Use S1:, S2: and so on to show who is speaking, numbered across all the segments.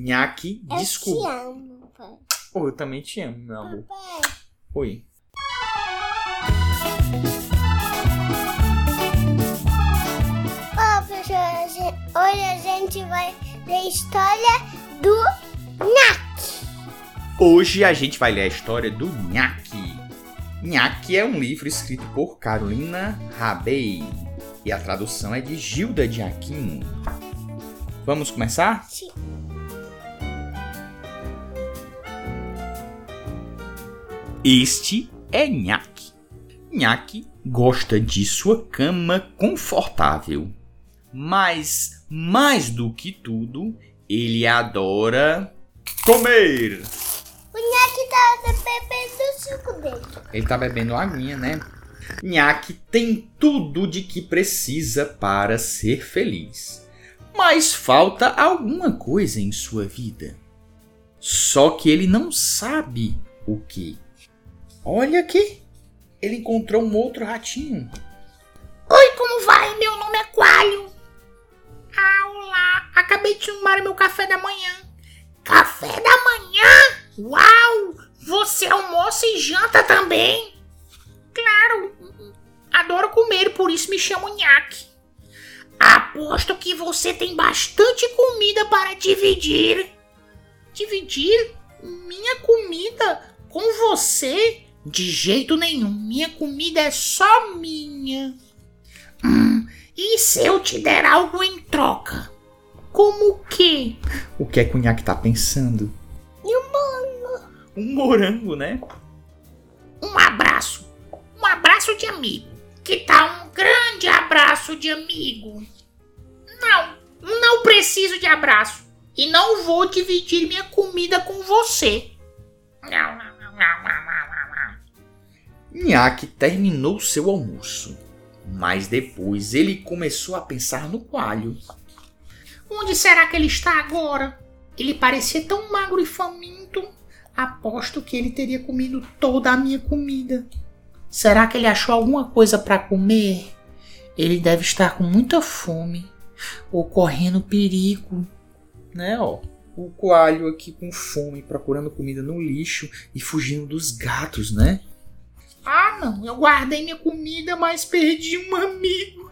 S1: Nhaque,
S2: Eu
S1: desculpa.
S2: te amo, pai.
S1: Oh, eu também te amo, meu amor.
S2: Papai,
S1: Oi.
S2: ó, professor, a gen- hoje a gente vai ler a história do NAC.
S1: Hoje a gente vai ler a história do Nhaque. Nhaque é um livro escrito por Carolina Rabei e a tradução é de Gilda de Aquino. Vamos começar?
S2: Sim.
S1: Este é Nhaque. Nhaque gosta de sua cama confortável, mas mais do que tudo, ele adora comer.
S2: O NAC tava bebendo o suco dele.
S1: Ele tá bebendo aguinha, né? Nhaque tem tudo de que precisa para ser feliz. Mas falta alguma coisa em sua vida. Só que ele não sabe o que. Olha aqui! Ele encontrou um outro ratinho.
S2: Oi, como vai? Meu nome é Coalho.
S3: Ah, olá! Acabei de tomar meu café da manhã. Café da manhã? Uau! Você almoça e janta também? Claro! Adoro comer, por isso me chamo nhaque. Aposto que você tem bastante comida para dividir. Dividir minha comida com você? De jeito nenhum. Minha comida é só minha. Hum, e se eu te der algo em troca? Como o quê?
S1: O que é que o Nhaque tá pensando?
S2: E o bolo?
S1: Um morango, né?
S3: Um abraço. Um abraço de amigo. Que tal um grande abraço de amigo? Não, não preciso de abraço. E não vou dividir minha comida com você. Não, não, não, não, não, não, não.
S1: Nhaque terminou seu almoço. Mas depois ele começou a pensar no coalho.
S3: Onde será que ele está agora? Ele parecia tão magro e faminto. Aposto que ele teria comido toda a minha comida. Será que ele achou alguma coisa para comer? Ele deve estar com muita fome ou correndo perigo.
S1: né, ó. O coalho aqui com fome, procurando comida no lixo e fugindo dos gatos, né?
S3: Ah, não, eu guardei minha comida, mas perdi um amigo.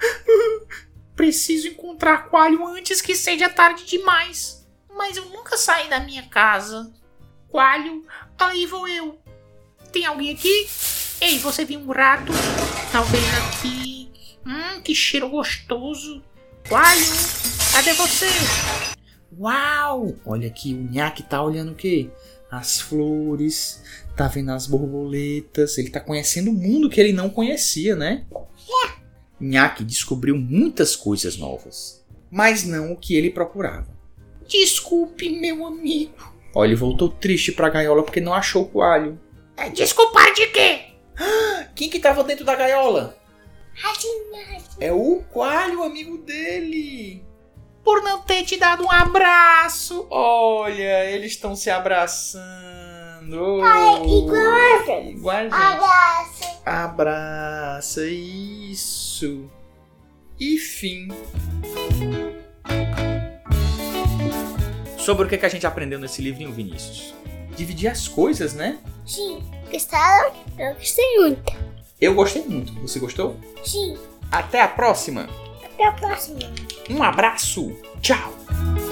S3: Preciso encontrar Coalho antes que seja tarde demais. Mas eu nunca saí da minha casa. Coalho, aí vou eu. Tem alguém aqui? Ei, você viu um rato? Talvez aqui. Hum, que cheiro gostoso. Coalho, cadê você?
S1: Uau! Olha aqui, o Nhaque tá olhando o quê? As flores, tá vendo as borboletas, ele tá conhecendo o mundo que ele não conhecia, né? Nhaque descobriu muitas coisas novas, mas não o que ele procurava.
S3: Desculpe, meu amigo.
S1: Ó, ele voltou triste pra gaiola porque não achou o coalho.
S3: É, Desculpar de quê?
S1: Quem que tava dentro da gaiola?
S2: Ratinho, ratinho.
S1: É o coalho, amigo dele!
S3: Por não ter te dado um abraço.
S1: Olha, eles estão se abraçando.
S3: Ah, é
S2: igual a gente.
S1: Igual a gente.
S2: Abraço.
S1: Abraça, isso. E fim. Sobre o que que a gente aprendeu nesse livrinho, Vinícius? Dividir as coisas, né?
S2: Sim. Gostaram? Eu gostei muito.
S1: Eu gostei muito. Você gostou?
S2: Sim.
S1: Até a próxima.
S2: Até a próxima.
S1: Um abraço. Tchau.